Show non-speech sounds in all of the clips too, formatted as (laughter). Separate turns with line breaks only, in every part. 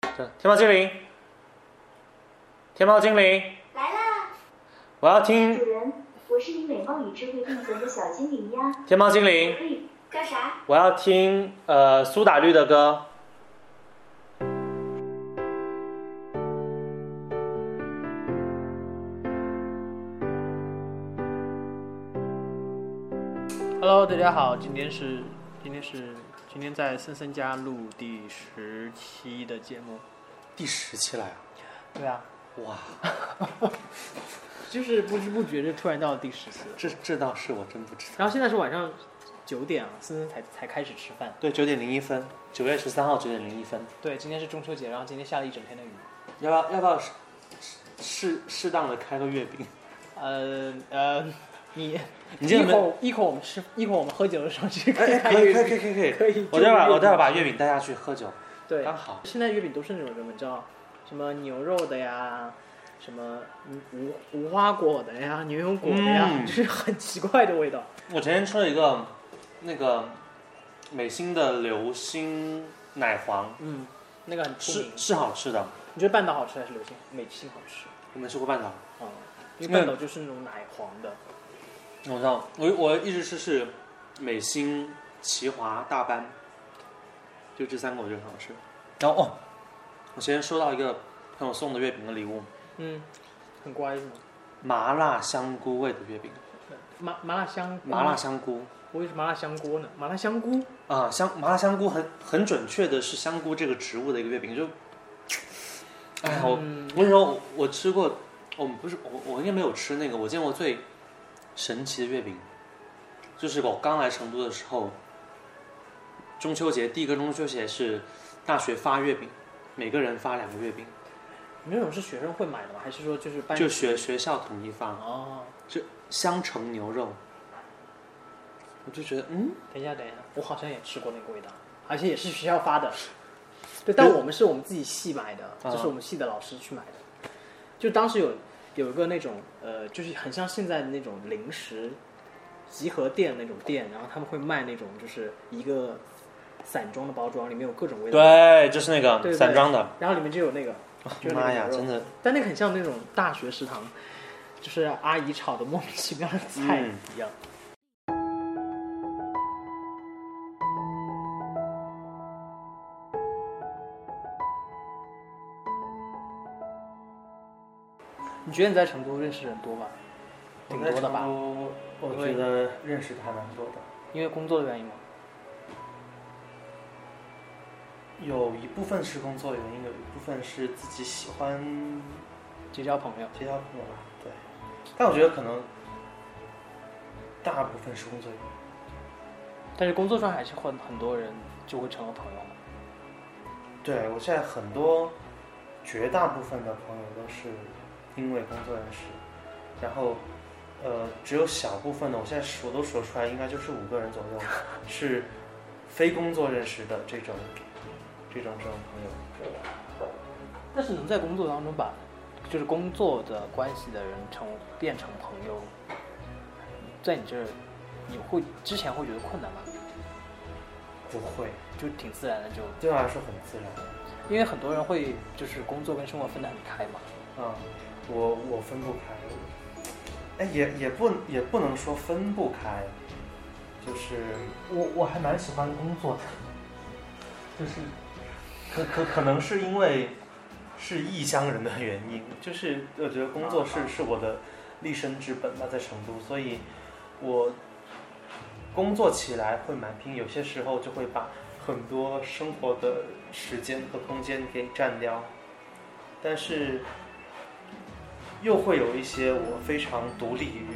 天猫精灵，天猫精灵，
来啦！
我要听
主人，我是你美貌与智慧并存的小精灵呀。
天猫精
我
灵，
可以干啥？
我要听呃苏打绿的歌。
Hello，大家好，今天是今天是今天在森森家录第十期的节目。
第十期了呀！
对啊，
哇，
(laughs) 就是不知不觉就突然到了第十期了。
这这倒是我真不知道。
然后现在是晚上九点啊，森森才才开始吃饭。
对，九点零一分，九月十三号九点零一分。
对，今天是中秋节，然后今天下了一整天的雨。
要不要要不要适适适当的开个月饼？
呃呃，你
你这个
一
没
会儿一会儿我们吃一会儿我们喝酒的时候去
哎，
看
可
看
以
月
可
饼。
以可以可以可以。
可以
我待会
就
儿
是
我待会儿把月饼带下去喝酒，
对，
刚好。
现在月饼都是那种什么，你知道，什么牛肉的呀，什么嗯无无无花果的呀，牛油果的呀，
嗯
就是很奇怪的味道。
我前天吃了一个那个美心的流心奶黄，
嗯，那个很出
是
名。
是好吃的。
你觉得半岛好吃还是流心美心好吃？
我没吃过半岛，
啊、因为
那
半岛就是那种奶黄的。
我知道，我我一直吃是美心、奇华、大班，就这三个我觉得很好吃。然后哦，我前天收到一个朋友送的月饼的礼物，
嗯，很乖是吗？
麻辣香菇味的月饼，
麻麻辣香
麻辣，香菇。
我以为是麻辣香锅呢。麻辣香菇，
啊，香麻辣香菇很很准确的是香菇这个植物的一个月饼，就，哎呀，我
嗯
我跟你说，我我吃过，我们不是我我应该没有吃那个，我见过最神奇的月饼，就是我刚来成都的时候，中秋节第一个中秋节是大学发月饼，每个人发两个月饼，
你那种是学生会买的吗？还是说就是班？
就学学校统一发
哦，
香橙牛肉，我就觉得嗯，
等一下，等一下，我好像也吃过那个味道，而且也是学校发的。对，但我们是我们自己系买的，
啊
就是我们系的老师去买的。就当时有有一个那种呃，就是很像现在的那种零食集合店那种店，然后他们会卖那种就是一个散装的包装，里面有各种味道，
对，就是那个
对对
散装的，哦
然后里面就有那个，就是那个
妈呀，
牛肉
真的，
但那个很像那种大学食堂，就是阿姨炒的莫名其妙的菜
嗯
一样。你觉得你在成都认识人多吗？挺多的吧，
我
我觉
得认识的还蛮多的，
因为工作的原因吗？
有一部分是工作原因，有一部分是自己喜欢
结交朋友，
结交朋友吧。对，但我觉得可能大部分是工作原因。
但是工作上还是会很多人就会成为朋友嘛。
对我现在很多绝大部分的朋友都是因为工作认识，然后呃，只有小部分的，我现在数都数得出来，应该就是五个人左
(laughs)
右是非工作认识的这种这种这种朋友。
但是能在工作当中把就是工作的关系的人成变成朋友，在你这儿你会之前会觉得困难吗？
不会，
就挺自然的就，
对我来说很自然。
因为很多人会就是工作跟生活分得很开嘛。
啊、我我分不开。哎，也也不也不能说分不开，就是我我还蛮喜欢工作的，就是可可可能是因为是异乡人的原因，就是我觉得工作是是我的立身之本吧，在成都，所以我工作起来会蛮拼，有些时候就会把很多生活的时间和空间给占掉，但是又会有一些我非常独立于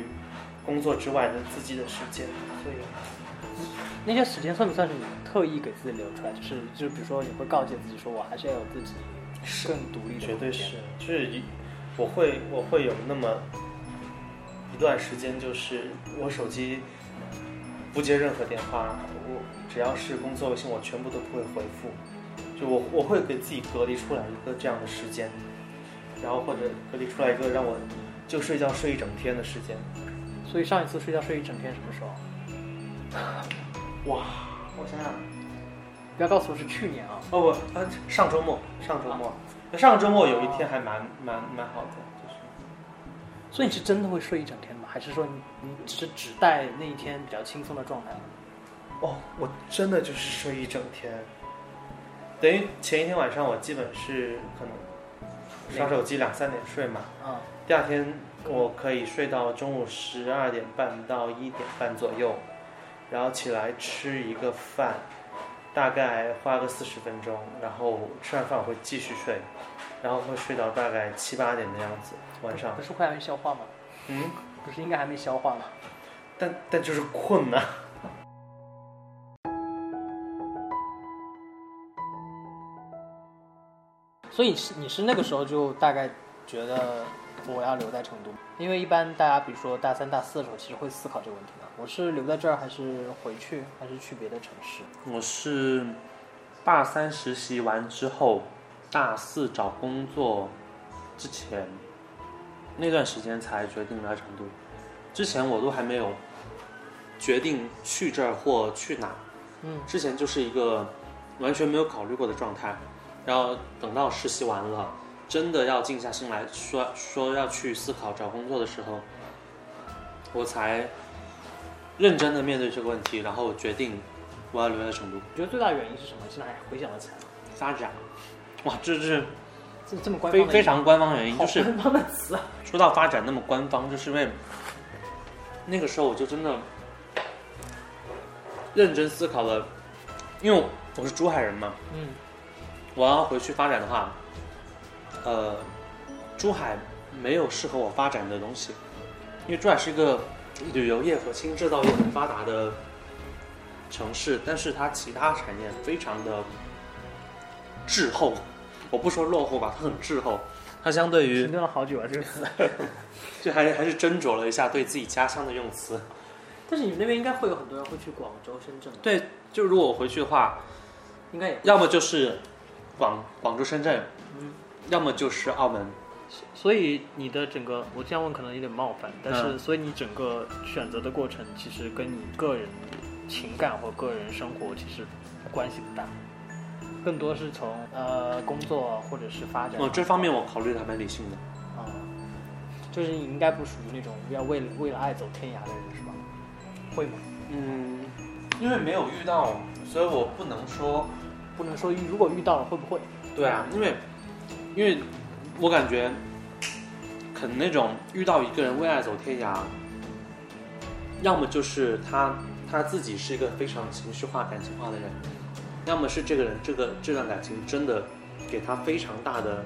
工作之外的自己的时间，所以
那些时间算不算是你特意给自己留出来？就是就是比如说你会告诫自己说，我还是要有自己更独立的空间
绝对是，就是一我会我会有那么一段时间，就是我手机不接任何电话，我只要是工作微信，我全部都不会回复，就我我会给自己隔离出来一个这样的时间，然后或者隔离出来一个让我就睡觉睡一整天的时间。
所以上一次睡觉睡一整天什么时候？
哇，我想想，
不要告诉我是去年啊，
哦，我啊，上周末，上周末，上周末有一天还蛮蛮蛮好的，就是
所以你是真的会睡一整天吗？还是说你你只是只带那一天比较轻松的状态？
哦，我真的就是睡一整天，等于前一天晚上我基本是可能刷手机两三点睡嘛，
嗯，
第二天我可以睡到中午十二点半到一点半左右，然后起来吃一个饭，大概花个四十分钟，然后吃完饭我会继续睡，然后会睡到大概七八点的样子，晚上
不，是会还没消化吗？
嗯，
不是应该还没消化吗？
但但就是困呐、
所以你是你是那个时候就大概觉得我要留在成都，因为一般大家比如说大三、大四的时候，其实会思考这个问题嘛。我是留在这儿，还是回去，还是去别的城市？
(laughs) 我是大三实习完之后，大四找工作之前那段时间才决定来成都，之前我都还没有决定去这儿或去哪，
嗯，
之前就是一个完全没有考虑过的状态，然后等到实习完了，真的要静下心来说说要去思考找工作的时候，我才认真的面对这个问题，然后我决定我要留在成都
你觉得最大原因是什么？现在还回想得起来吗？
发展。哇，这是
这这么官
非
方的
非常官方原因，
好
就是
官方的词啊。
说到发展那么官方，就是因为那个时候我就真的认真思考了，因为我是珠海人嘛，
嗯，
我要回去发展的话，呃，珠海没有适合我发展的东西，因为珠海是一个旅游业和轻制造业很发达的城市，但是它其他产业非常的滞后，我不说落后吧，它很滞后，它相对于
停顿了好久啊，这个词。
就还还是斟酌了一下对自己家乡的用词。
(laughs) 但是你们那边应该会有很多人会去广州、深圳吧，
对，就如果我回去的话，
应该也
要么就是广广州、深圳，
嗯
要么就是澳门。
所以你的整个，我这样问可能有点冒犯，但是、
嗯
所以你整个选择的过程，其实跟你个人情感或个人生活其实关系不大，更多是从呃工作或者是发展。
哦，这方面我考虑的还蛮理性的。
啊、就是你应该不属于那种要为了为了爱走天涯的人是吧？会吗？
嗯，因为没有遇到，所以我不能说。
不能说遇如果遇到了会不会？
对啊，因为因为我感觉，可能那种遇到一个人为爱走天涯，要么就是他他自己是一个非常情绪化、感情化的人，要么是这个人这个这段感情真的给他非常大的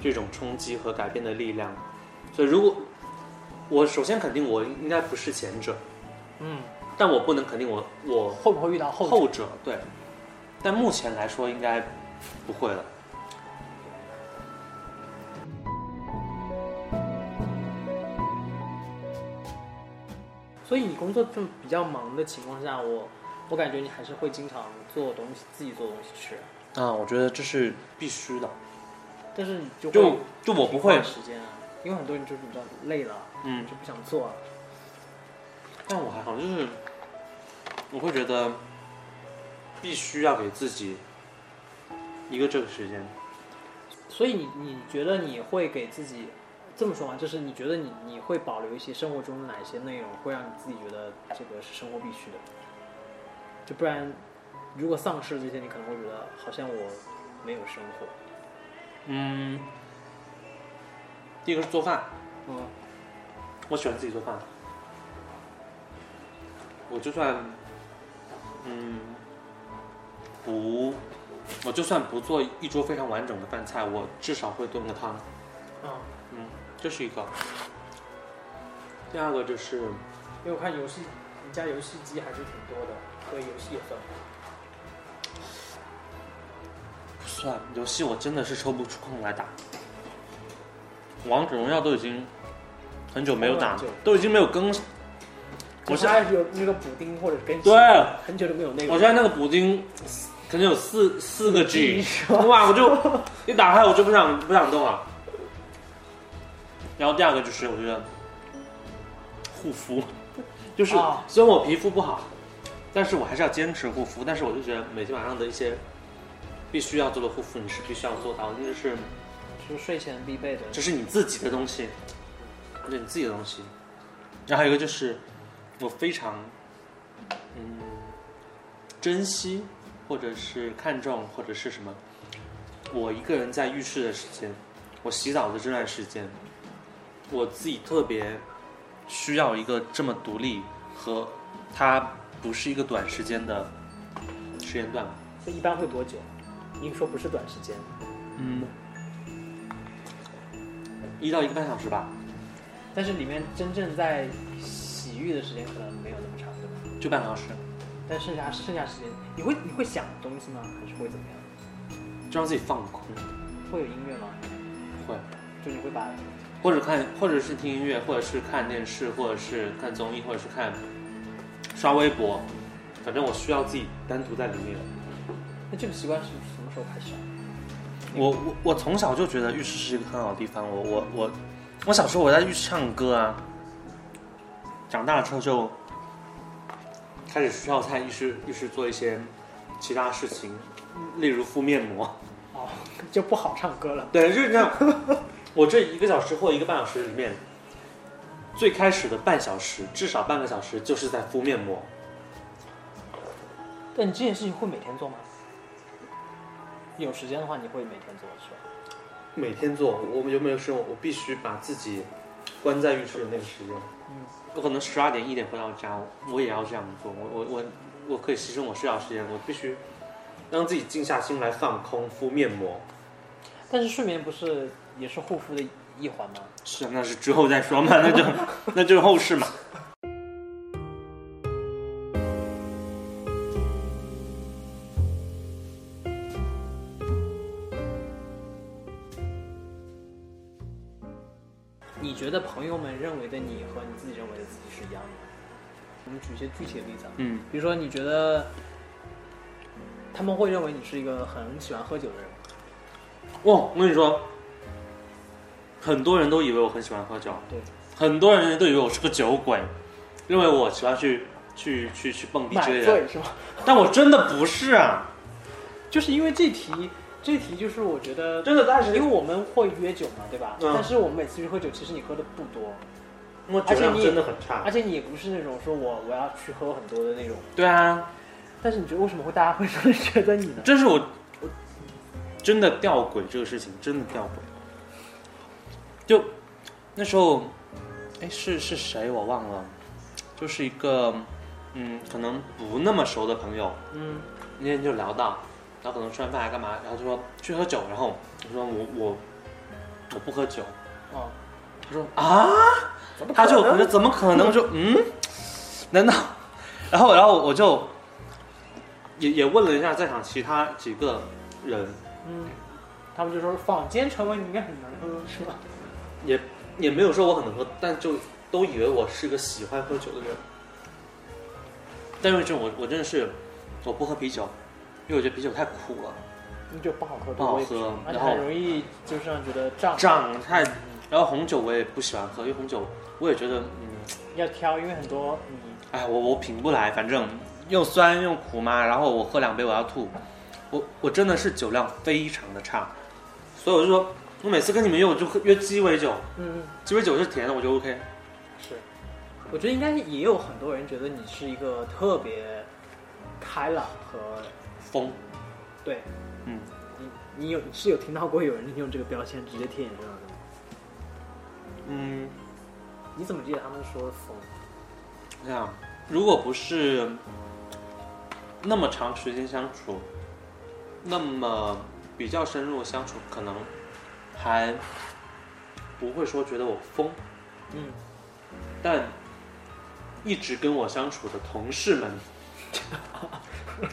这种冲击和改变的力量。所以，如果我首先肯定我应该不是前者，
嗯，
但我不能肯定我我
会不会遇到后者？
后者对，但目前来说应该不会了。
所以你工作这么比较忙的情况下，我我感觉你还是会经常做东西，自己做东西吃。
啊，我觉得这是必须的。
但是你就会
就就我不
停
会
花，时间啊，因为很多人就是比较累了，
嗯，
就不想做啊。
但我还好，就是我会觉得必须要给自己一个这个时间。
所以你你觉得你会给自己这么说吗？就是你觉得你你会保留一些生活中的哪些内容，会让你自己觉得这个是生活必须的？就不然，如果丧失了这些，你可能会觉得好像我没有生活。
嗯，第一个是做饭，
嗯，
我喜欢自己做饭。我就算嗯不，我就算不做一桌非常完整的饭菜，我至少会炖个汤。
嗯，
嗯，这是一个。第二个就是。
因为我看游戏，你家游戏机还是挺多的，所以游戏也算。
不算游戏，我真的是抽不出空来打。王者荣耀都已经很久没有打
很久，
都已经没有更新。我
现
现
在
在
有那个补丁或者更新，
对，
很久都没有那个。
我现在那个补丁可能有四四个 G，
是吧
哇，我就一打开我就不想不想动了。然后第二个就是我觉得护肤，就是
啊
虽然我皮肤不好，但是我还是要坚持护肤，但是我就觉得每天晚上的一些必须要做的护肤，你是必须要做到，那就是
就是睡前必备的。
这是你自己的东西，这是你自己的东西。然后还有一个就是，我非常嗯珍惜，或者是看重，或者是什么，我一个人在浴室的时间，我洗澡的这段时间，我自己特别需要一个这么独立和它不是一个短时间的时间段。
所以一般会多久？你说不是短时间，
嗯，一到一个半小时吧，
但是里面真正在洗浴的时间可能没有那么长，对吧？
就半个小时，
但剩下剩下时间，你会你会想东西吗？还是会怎么样？
就让自己放空，
会有音乐吗？
会。
就你会把
或者看，或者是听音乐，或者是看电视，或者是看综艺，或者是看刷微博，反正我需要自己单独在里面。
那这个习惯是什么时候开始啊？
我我我从小就觉得浴室是一个很好的地方。我我我我小时候我在浴室唱歌啊，长大了之后就开始需要在浴室浴室做一些其他事情，例如敷面膜。
哦， (laughs) 就不好唱歌了。
对，就是这样。我这一个小时或一个半小时里面，最开始的半小时，至少半个小时，就是在敷面膜。
但你这件事情会每天做吗？有时间的话，你会每天做是吧？
每天做，我有没有时候我必须把自己关在浴室的那个时间？
嗯，
我可能十二点一点回到家，我我也要这样做。我我我我可以牺牲我睡觉时间，我必须让自己静下心来放空，敷面膜。
但是睡眠不是也是护肤的一环吗？
是啊，那是之后再说嘛， (laughs) 那就那就是后事嘛。
你觉得朋友们认为的你和你自己认为的自己是一样的吗？我们举一些具体的例子啊，
嗯，
比如说你觉得他们会认为你是一个很喜欢喝酒的人吗，
哦，我跟你说，很多人都以为我很喜欢喝酒，
对，
很多人都以为我是个酒鬼，认为我喜欢去去去去蹦迪
买
之类的，
醉是吗？
但我真的不是啊，
就是因为这题，这题就是我觉得，
真的。但是
因为我们会约酒嘛，对吧？
嗯
但是我们每次去喝酒，其实你喝的不多，
我
而且
酒量
你
真的很差
而。且你也不是那种说我我要去喝很多的那种。
对啊，
但是你觉得为什么会大家会 (laughs) 这么觉得你呢？
这是我我真的吊诡这个事情，真的吊诡。就那时候，哎，是是谁我忘了，就是一个嗯，可能不那么熟的朋友，
嗯，
那天就聊到，然后可能吃完饭还干嘛，然后就说去喝酒，然后我说我我我不喝酒，
哦，
他说啊，
怎么可
他就
能
我说怎么可能？我说嗯，难道？然后然后我就也也问了一下在场其他几个人，
嗯，他们就说坊间传闻你应该很能喝，是吧？
也也没有说我很能喝，但就都以为我是个喜欢喝酒的人。但是这我我真的是我不喝啤酒，因为我觉得啤酒太苦了。
你就不好喝，
不好喝
我也觉得而且
然后
很容易就是让人觉得胀，
胀太，然后红酒我也不喜欢喝，因为红酒我也觉得，嗯，
要挑，因为很多你
哎，我我品不来，反正又酸又苦嘛，然后我喝两杯我要吐，我我真的是酒量非常的差，所以我就说，我每次跟你们约我就喝约鸡尾酒，
嗯，
鸡尾酒是甜的我就 OK，
是，我觉得应该也有很多人觉得你是一个特别开朗和
疯，
对
嗯，
你，你有是有听到过有人用这个标签直接贴你身上的吗？
嗯，
你怎么记得他们说的疯？
我想如果不是那么长时间相处，那么比较深入的相处，可能还不会说觉得我疯。
嗯，
但一直跟我相处的同事们，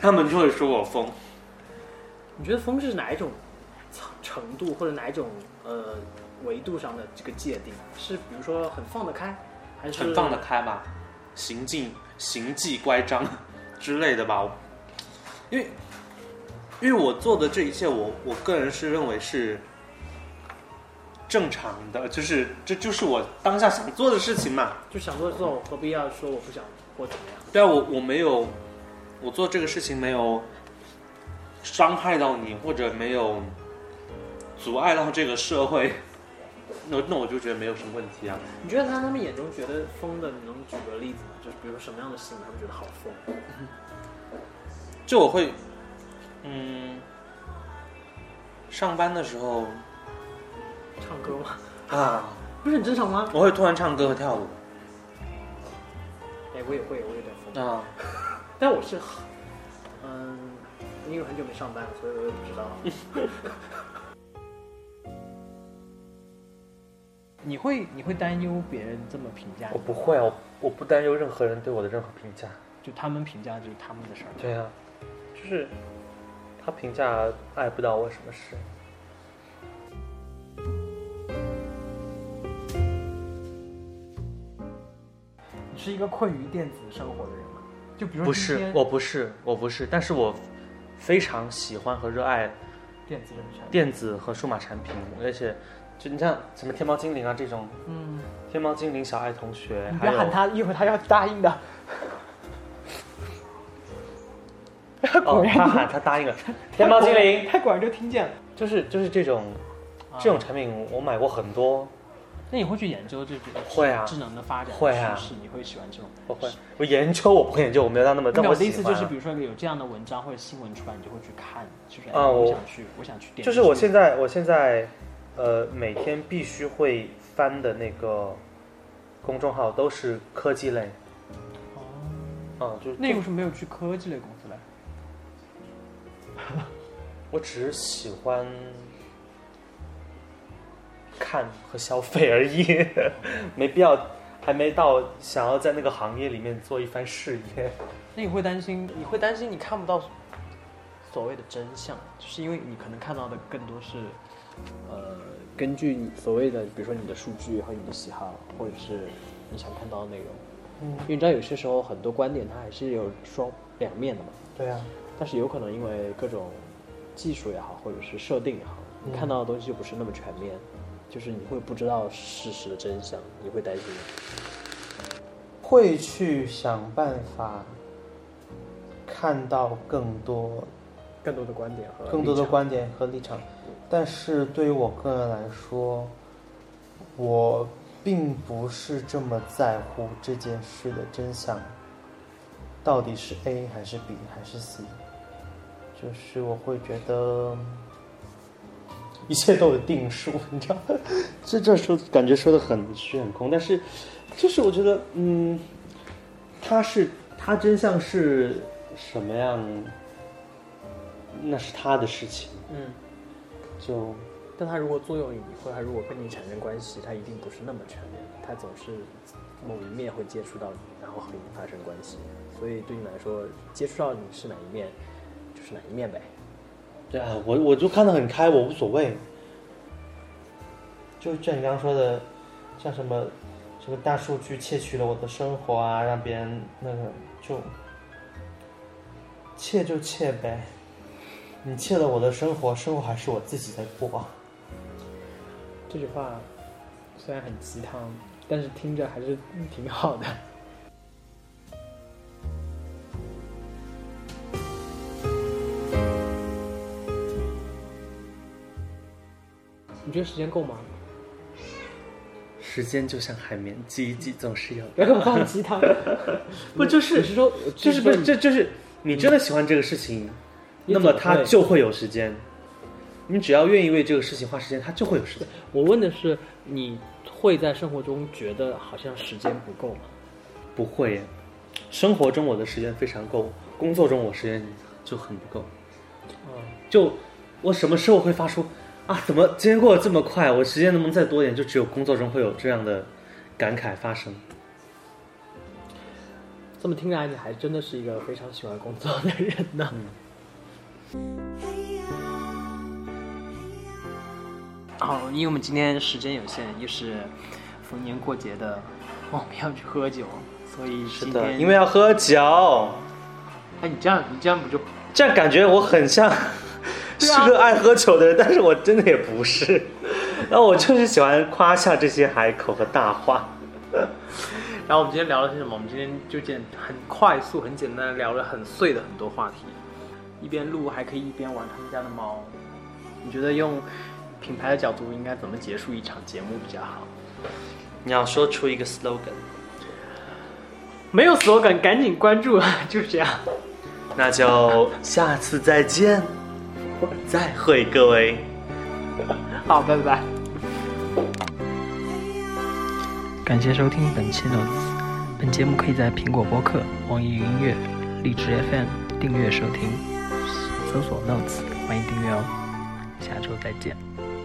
他们就会说我疯。
你觉得疯是哪一种层程度或者哪一种呃维度上的这个界定？是比如说很放得开，还是
很放得开吧，行径行迹乖张之类的吧。我因为因为我做的这一切，我我个人是认为是正常的，就是这就是我当下想做的事情嘛。
就想做就做，我何必要说我不想或怎么样？
对啊，我我没有我做这个事情没有伤害到你，或者没有阻碍到这个社会，那那我就觉得没有什么问题啊。
你觉得在他们眼中觉得疯的，你能举个例子吗？就是比如说什么样的行为他们觉得好疯？
就我会，嗯，上班的时候
唱歌吗？ (laughs)
啊，
不是很正常吗？
我会突然唱歌和跳舞
哎，我也会，我有点疯，
啊，
但我是，嗯，因为很久没上班了，所以我也不知道。 (laughs) 你会你会担忧别人这么评价
我
你，
不会，哎我我不担忧任何人对我的任何评价。
就他们评价就是他们的事儿，
对啊，就是他评价碍不到我什么事。
你是一个困于电子生活的人吗？就比如
不
说
是
今，天
我不是，我不是，但是我非常喜欢和热爱
电子人生，
电子和数码产品，而且就你像什么天猫精灵啊这种，
嗯，
天猫精灵、小爱同学，
你不
还
要喊
有
他，一会儿他要答应的。他哎果
哦，
然，
他喊他答应了，天猫精灵，
他果然就啊听见了。
就是就是这种这种产品，我买过很多，
那你会去研究这种
会啊
智能的发展
会啊
趋势？你会喜欢这种？
我会我研究，我不会研究，我没有到那么，但
那我的
喜
意思
欢
就
啊
是，比如说有这样的文章或者新闻出来，你就会去看，就是哎
啊
我
我
想去，我想去点进去。
就是我现在，我现在，呃，每天必须会翻的那个公众号都是科技类，
哦，
嗯，就是
那为什么没有去科技类公司嘞？
我只是喜欢看和消费而已， (laughs) 没必要，还没到想要在那个行业里面做一番事业。
那你会担心？你会担心你看不到所谓的真相，就是因为你可能看到的更多是，呃，根据你所谓的，比如说你的数据和你的喜好，或者是你想看到的内容。
嗯，
因为你知道有些时候很多观点它还是有双两面的嘛，
对啊，
但是有可能因为各种技术也好，或者是设定也好，
嗯
你看到的东西就不是那么全面，就是你会不知道事实的真相，你会担心。
会去想办法看到更多
更多的观点和
更多的观点和立场，但是对于我个人来说，我并不是这么在乎这件事的真相到底是 A 还是 B 还是 C，就是我会觉得一切都有定数，你知道吗？ (laughs)
这这说感觉说的很虚很空，但是就是我觉得，嗯，它是它真相是什么样，那是他的事情，
嗯，
就
但它如果作用于你，或者它如果跟你产生关系，它一定不是那么全面，它总是某一面会接触到你，然后和你发生关系，所以对你来说，接触到你是哪一面，就是哪一面呗。
对
哎
啊，我我就看得很开，我无所谓。
就像你刚刚说的，像什么什么大数据窃取了我的生活啊，让别人那个就窃就窃呗，你窃了我的生活，生活还是我自己在过。
这句话虽然很鸡汤，但是听着还是挺好的。 (laughs) 你觉得时间够吗？
时间就像海绵，挤一挤总是有
不要给我放鸡汤，
不就是
你是说
就是不是
这
这就是你真的喜欢这个事情，
你
那么
怎么
它
会
就会有时间。你只要愿意为这个事情花时间，它就会有时间。
我问的是你会在生活中觉得好像时间不够吗？
不会耶，生活中我的时间非常够，工作中我时间就很不够。
嗯，
就我什么时候会发出啊？怎么今天过得这么快？我时间能不能再多一点？就只有工作中会有这样的感慨发生。
这么听来你还真的是一个非常喜欢工作的人呢。
嗯
好，因为我们今天时间有限，又是逢年过节的，我们要去喝酒，所以今天
因为要喝酒，
哎，你这样你这样不就
这样感觉我很像
(laughs) 对
是
啊
个爱喝酒的人， (laughs) 但是我真的也不是。然后我就是喜欢夸下这些海口和大话。
然后我们今天聊的是什么？我们今天就简很快速、很简单的聊了很碎的很多话题，一边录还可以一边玩他们家的猫。你觉得用品牌的角度应该怎么结束一场节目比较好？
你要说出一个 slogan，
没有 slogan，赶紧关注啊！就是这样，
那就下次再见，再会各位。
(laughs) 好，拜拜。
感谢收听本期 Notes。本节目可以在苹果播客、网易云音乐、荔枝 FM 订阅收听，搜索 Notes，欢迎订阅哦。下周再见。